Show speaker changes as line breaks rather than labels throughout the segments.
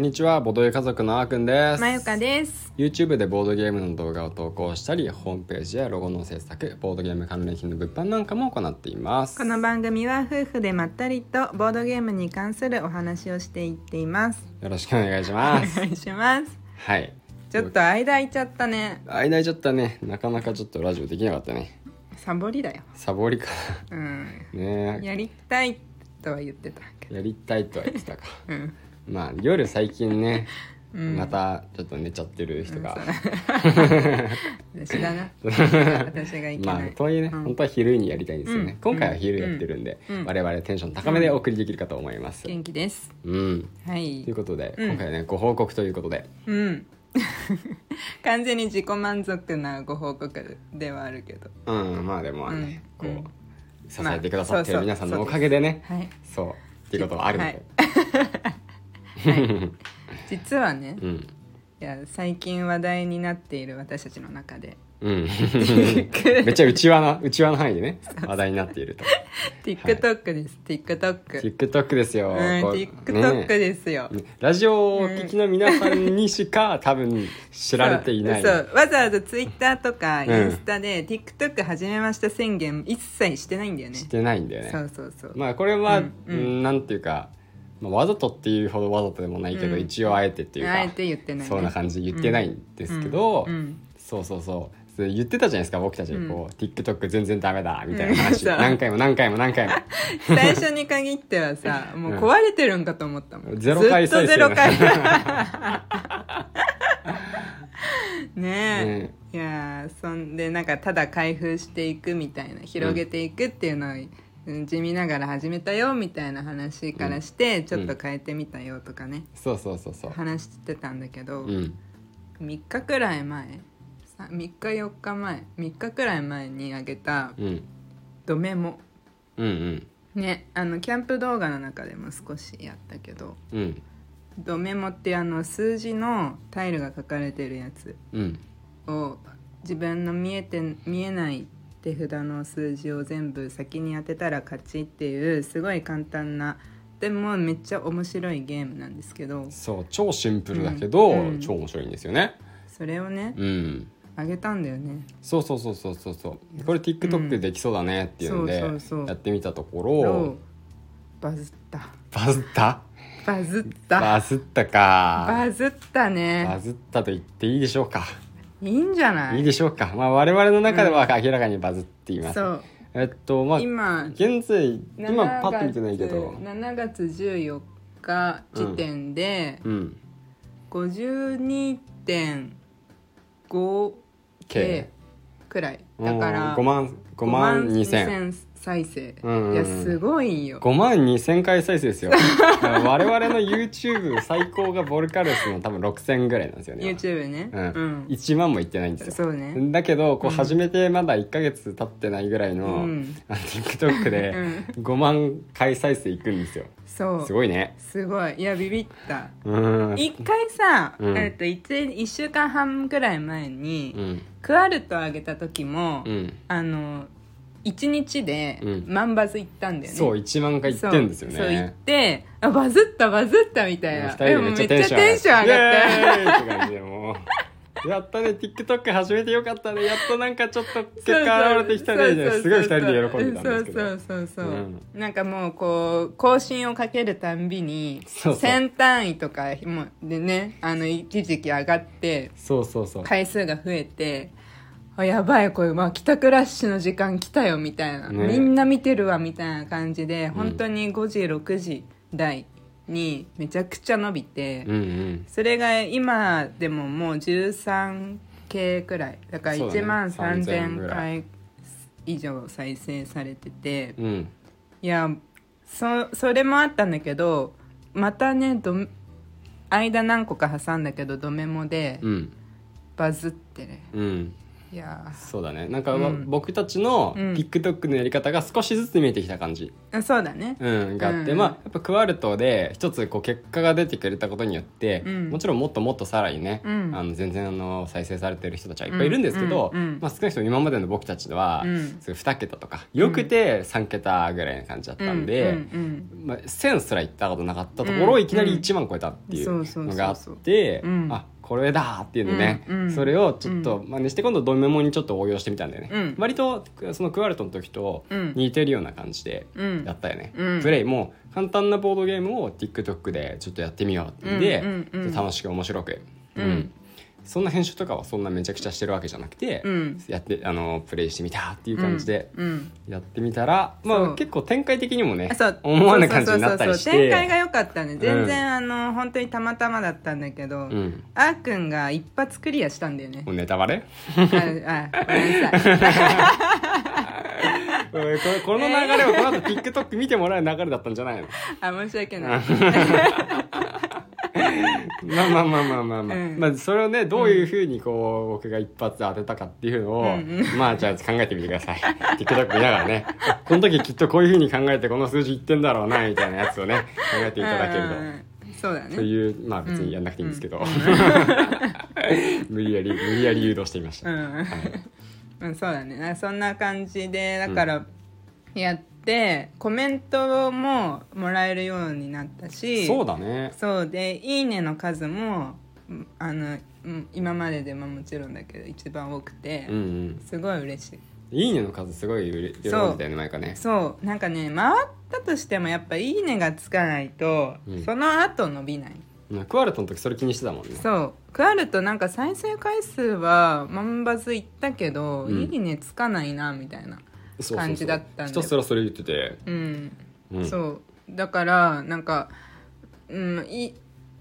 にちはボドゲ家族のあーくんです
まゆかです
YouTube でボードゲームの動画を投稿したりホームページやロゴの制作ボードゲーム関連品の物販なんかも行っています
この番組は夫婦でまったりとボードゲームに関するお話をしていっています
よろしくお願いし
お
ま
願
す
いします
はい
ちょっと間空いちゃったね
間いちゃったねなかなかちょっとラジオできなかったね
サボりだよ
サボりか
うん
な ね
やりたいとは言ってたけど
やりたいとは言ってたか
うん
まあ夜最近ね、またちょっと寝ちゃってる人が、
私だな私がいけ
ま
な
あ
い、
とはいえね、
うん
本当は昼にやりたいんですよね、
うん
今回は昼やってるんで、
うん
我々テンション高めでお送りできるかと思います、
元気です
うん
は
とい
いう
ことで、
うん
今回はねご報告ということで
うん 完全に自己満足なご報告ではあるけど
うんまあでもね、
うん
こう
うん
支えてくださって
ま
る
あ
皆さんの
そうそ
お
う
かげでね、
はい
そうっていうことはあるので、
実はね、
う
い
ん
や最近話題になっている私たちの中で
うんめっちゃ内輪な内輪の範囲でね話題になっていると
TikTok です、TikTok
TikTok ですよ、
うん、
こう
TikTok
ね
ですよ、
ラジオをお聞きの皆さんにしか多分知られていない
そうそうわざわざ Twitter とか
うん
インスタで TikTok 始めました宣言一切してないんだよね
してないんだよね
そうそうそう、
まあこれは、
うんうん
うんなんていうか、まあ、わざとっていうほどわざとでもないけど、
うん
一応あえてっていうか
あえて言ってないね
そうな感じで言ってないんですけど、
うんうん
そうそうそうそれ言ってたじゃないですか僕たちこう、
うん
TikTok 全然ダメだみたいな話、
うん そう
何回も何回も何回も
最初に限ってはさもう壊れてるんかと思ったもん、
ゼロ回
ずっ
再生
とゼロ回ね
ね
えいやーそんでなんかただ開封していくみたいな広げていくっていうのを、うん地味ながら始めたよみたいな話からして、ちょっと変えてみたよとかね、
そうそうそう そう、
話してたんだけど、
うん、
3日くらい前3日4日前3日くらい前にあげた
うんうん
ドメモ、
うん
ねあのキャンプ動画の中でも少しやったけど
うん
ドメモってあの数字のタイルが書かれてるやつ
うん
を自分の見えて見えない手札の数字を全部先に当てたら勝ちっていうすごい簡単なでもめっちゃ面白いゲームなんですけど
そう超シンプルだけど、
うんうん
超面白いんですよね
それをね
うん
あげたんだよね
そうそうそうそうそうそうこれ TikTok でできそうだねっていうので、
うんそうそうそう
やってみたとこ
お
ろ
バズった
バズった
バズった
バズったか
バズった
バ
ね
ズったと言っていいでしょうか
いいんじゃない
いいでしょうかまあ我々の中では明らかにバズっています、
そう
えっとまあ
今
現在今
7
パッと見てないけど
月7月14日時点で
うん
52.5K くらい
うん
だから
5万5万2千
5再生、
うんうん
いやすごいよ
5万2千回再生で すよだから我々の YouTube 最高がボルカルスの多分6千ぐらいなんですよね
YouTube ね
うん1万もいってないんですよ
そうね
だけどこう
うん
始めてまだ1か月経ってないぐらいの、
うん
TikTok で5万回再生いくんですよ
そう
すごいね
すごいいやビビった
うん
一回さ、
うん
えっと 1, 一週間半ぐらい前に、
うん
クアルトあげた時も、
うん
あの1日で
うん
万バズ行ったんだよね、
そう1万回いってんですよね
そうそう行ってあバズったバズったみたいな
2人でめっちゃテンション
でもめっちゃテンション上が った
イエーイって感じでもうやったね TikTok 始めてよかったねやっとなんかちょっと結果現れてきたね
そうそう
すごい2人で喜んでたんですけど
そうそうそうそう、
うん
なんかもうこう更新をかけるたんびに
そうそう
千単位とかもでねあの一時期上がって
そうそうそう
回数が増えてあやばいこれ、まあ、帰宅ラッシュの時間来たよみたいな、
ね
みんな見てるわみたいな感じで本当に5時6時台にめちゃくちゃ伸びて、
うんうん
それが今でももう13系くらいだから
そうだね
1万
3000
3000
ぐら
回以上再生されてて、
うん
いやそそれもあったんだけどまたねど間何個か挟んだけどドメモで
うん
バズってね。
うん
いや
そうだねなんか、わ
うん
僕たちの
うん
TikTok のやり方が少しずつ見えてきた感じ、
ーあそうだね
うん、があって、
うん
まあやっぱクワルトで一つこう結果が出てくれたことによって、
うん
もちろんもっともっとさらにね、
うん
あの全然あの再生されてる人たちはいっぱいいるんですけど、
うんうん
まあ、少なくとも今までの僕たちでは、
うん
そういう2桁とかよくて3桁ぐらいな感じだったんで。
うんうん
まあ、1000すら行ったことなかったところを
うん
いきなり1万超えたっていう
うんそうそうそうそう
のがあって、
うん
あこれだっていうのね、
うんうん
それをちょっと真似して今度ドメモにちょっと応用してみたんだよね、
うん
割とそのクワルトの時と
うん
似てるような感じで
うん
やったよね、
うん
プレイも簡単なボードゲームを TikTok でちょっとやってみようっていうんで、
うんうんうん
楽しく面白く、
うん
そんな編集とかはそんなめちゃくちゃしてるわけじゃなくて、
うん
やってあのプレイしてみたっていう感じで、
うんうん
やってみたら、
そ
まあ、
う
結構展開的にもね
あそう
思わぬ感じになったりして
そうそうそうそう展開が良かったね全然、あの本当にたまたまだったんだけど、
うん、
あーくんが一発クリアしたんだよね
も うネタバレ
ああごめんな さい
これこの流れをこの後 TikTok 見てもらう流れだったんじゃないの
あ申し訳ない
まあまあまあまあまあまあ、
うん
まあ、それをねどういうふうにこう僕が一発当てたかっていうのを、
うん
まあじゃあ考えてみてください TikTok 見ながらねあこの時きっとこういうふうに考えてこの数字いってんだろうなみたいなやつをね考えていただけると。
うんそうだね
というまあ別にやんなくていいんですけど、 無理やり無理やり誘導してみました、
うんうん、そうだねなそんな感じでだからやって、コメントももらえるようになったし
そうだね
そうで「いいね」の数もうんあのうん今まででももちろんだけど一番多くて、
うんうん
すごい嬉しい
いいねの数すごいうれ喜んでたよね前かね
そうなんかね回ったとしてもやっぱ「いいね」がつかないと、
うん
その後伸びない
うんクワルトの時それ気にしてたもんね
そうクアルトなんか再生回数は万バズいったけど「
うん
いいね」つかないなみたい
そ
な
うそうそう
感じだったんで
ひたすらそれ言ってて、
うん
うん、
そうだからなんか、うん、いい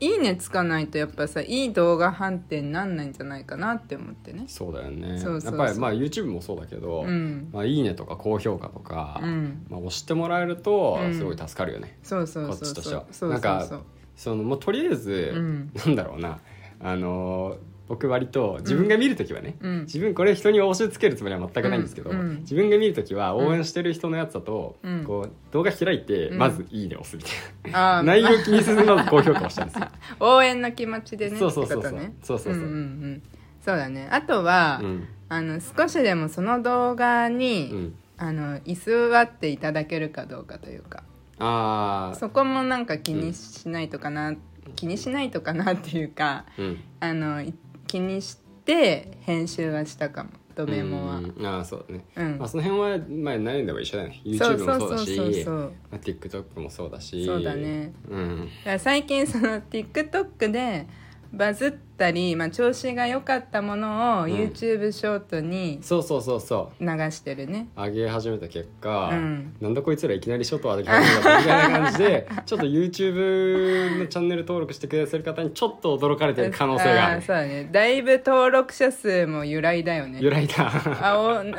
いいねつかないとやっぱさいい動画判定になんないんじゃないかなって思ってね
そうだよね
そうそうそう
やっぱりまあ YouTube もそうだけど、
うん
まあ、いいねとか高評価とか、
うん
まあ、押してもらえると
うん
すごい助かるよね、
そうそう
こっ
そう
ちとし
そ
て
う
は
そう
なんか
そう
そのもうとりあえず、
うん
なんだろうなあのー僕割と自分が見る時はね、
うん
自分これ人に押し付けるつもりは全くないんですけど、
うんうん
自分が見る時は応援してる人のやつだと、
うん
こう動画開いて
うん
まず「いいね」押すみたいな。
あー
内容気にせずまず高評価をしたんです よ。
応援の気持ちでね
そうそうそう
って
そう
ことね
そうそうそうん
んんそうだねあとは、
うん
あの少しでもその動画に、
うん
あの居座っていただけるかどうかというか
ああ、
そこもなんか気にしないとかな、気にしないとかなっていうか
うん、
あのい気にして編集はしたかもドメモは
うんああそうだね、
うん
まあ、その辺は前悩んでも一緒だよね
そう
YouTube
そ
もそ
う
うだし
そうそうそう
まあ、TikTok もそうだし
そうだね
うん
だから最近その TikTok でバズったり、まあ、調子が良かったものを
ん
YouTube ショートに
そうそうそうそ
流してるね、
う上げ始めた結果、
うん
なんだこいつらいきなりショートを上げ始めたみたいな感じ でちょっと YouTube のチャンネル登録してくださる方にちょっと驚かれてる可能性があ
あー
る
そうだねだいぶ登録者数も由来だよね
由来だ
あお あ減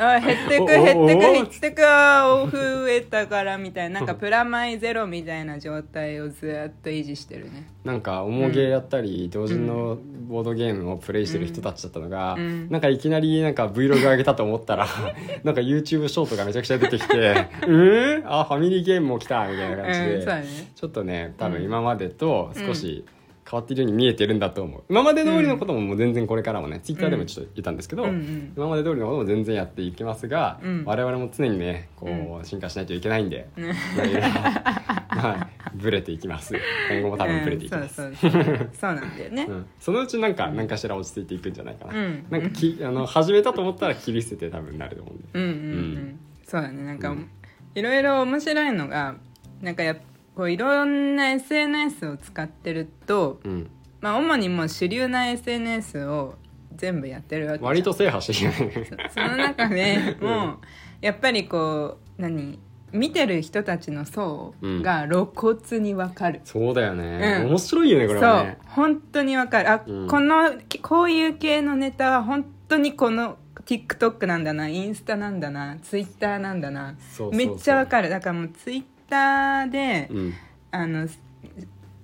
ってく
おお
減って
お
く
お
減ってくあお増えたからみたいななんかプラマイゼロみたいな状態をずっと維持してるね
なんか重ゲーやったり、同人のボードゲームをプレイしてる人たちだったのが、
ん
なんかいきなりなんか Vlog 上げたと思った らなんか YouTube ショートがめちゃくちゃ出てきて「うんあファミリーゲームも来た」みたいな
うん
感じで、
そうだね
ちょっとね多分今までと少し変わっているように見えてるんだと思う、今まで通りのことももう全然これからもね、Twitter でもちょっと言ったんですけど、
うんうん
今まで通りのことも全然やっていきますが、
うん
我々も常にねこう進化しないといけないんで、まあいろいろはいブレていき ます今後も多分ブレていきます、
うんそうそうそうそうなんだよね、
うんそのうちなんか何かしら落ち着いていくんじゃないかな、
うん
なんかきあの始めたと思ったら切り捨てて多分なると思うんで
うんうんうん、
うん
そうだねなんか、
うん
いろいろ面白いのがなんかやっこういろんな SNS を使ってると、
うん、
まあ、主にもう主流な SNS を全部やってるわけじゃん
割と制覇してきたね
そその中でもうやっぱりこう何見てる人たちの層が露骨にわかる、
そうだよね、
うん
面白いよねこ
そ
れはね
う本当にわかるあ、
うん
このこういう系のネタは本当にこの TikTok なんだなインスタなんだな Twitter なんだな
そうそうそう
めっちゃわかるだからもう Twitter で、
うん
あのす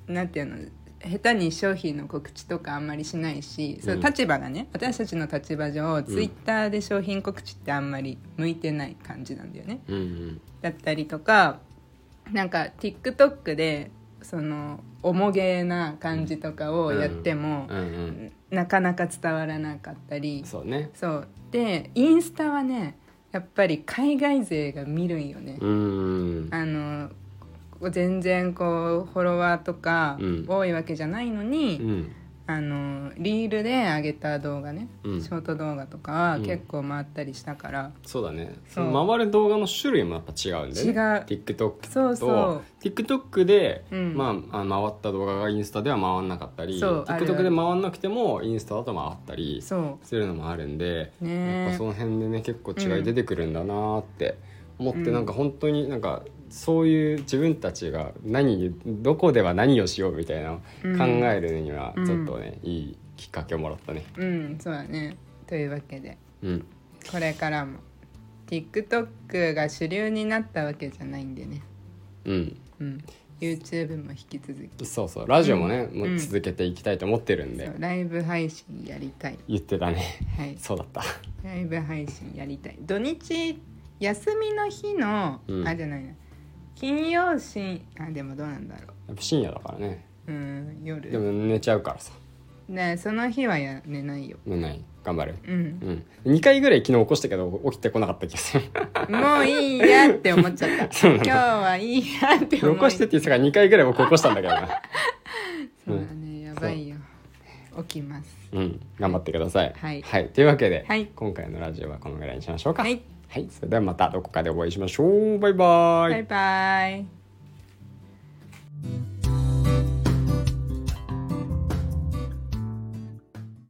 なんていうの下手に商品の告知とかあんまりしないし、そうの
ん
立場がね私たちの立場上ツイッターで商品告知ってあんまり向いてない感じなんだよね。
うんうん
だったりとかなんか TikTok でその重げな感じとかをやっても、
うんうん
なかなか伝わらなかったり
そうね
そうでインスタはねやっぱり海外勢が見るんよね、
うん
あのこう全然こうフォロワーとか
うん
多いわけじゃないのに、
うん
あのリールで上げた動画ね、
うん
ショート動画とかは
うん
結構回ったりしたから、
そうだねそ
そ
うの回る動画の種類もやっぱ違うんで、ね、
違う
TikTok と
そうそう
TikTok で、
うん
まあ、あの回った動画がインスタでは回んなかったり
そうある
TikTok で回んなくてもインスタだと回ったり
そ
するのもあるんで、
うね
やっぱその辺でね結構違い出てくるんだなーって思って、なんか本当になんかそういう自分たちが何にどこでは何をしようみたいなのを
うん
考えるには
うん
ちょっとね、いいきっかけをもらったね。
うんそうだねというわけで
うん、
これからも TikTok が主流になったわけじゃないんでね、
うん
うん、YouTube も引き続き
そうそうラジオもね、も
うん
う続けていきたいと思ってるんで、
そうライブ配信やりたい、
言ってたね
はい、
そうだった
ライブ配信やりたい土日休みの日の、
うん
あじゃないな金曜深あでもどうなんだろ
やっぱ深夜だからね
うう
で
ん夜
も寝ちゃうからさ
ねその日はや寝ないよ
寝ない頑張る
うん
うん2回ぐらい昨日起こしたけど起きてこなかった気が する
もういいやって思っちゃっ た
そうな
今
の
日はいいやって 思
起こしてって言ってたから2回ぐらい僕起こしたんだけどな
そうだねやばいよ起きます
うん頑張ってください
はい
というわけで、
はい
今回のラジオはこのぐらいにしましょうか
はい、
はい、それではまたどこかでお会いしましょうバイバイ
バイバイ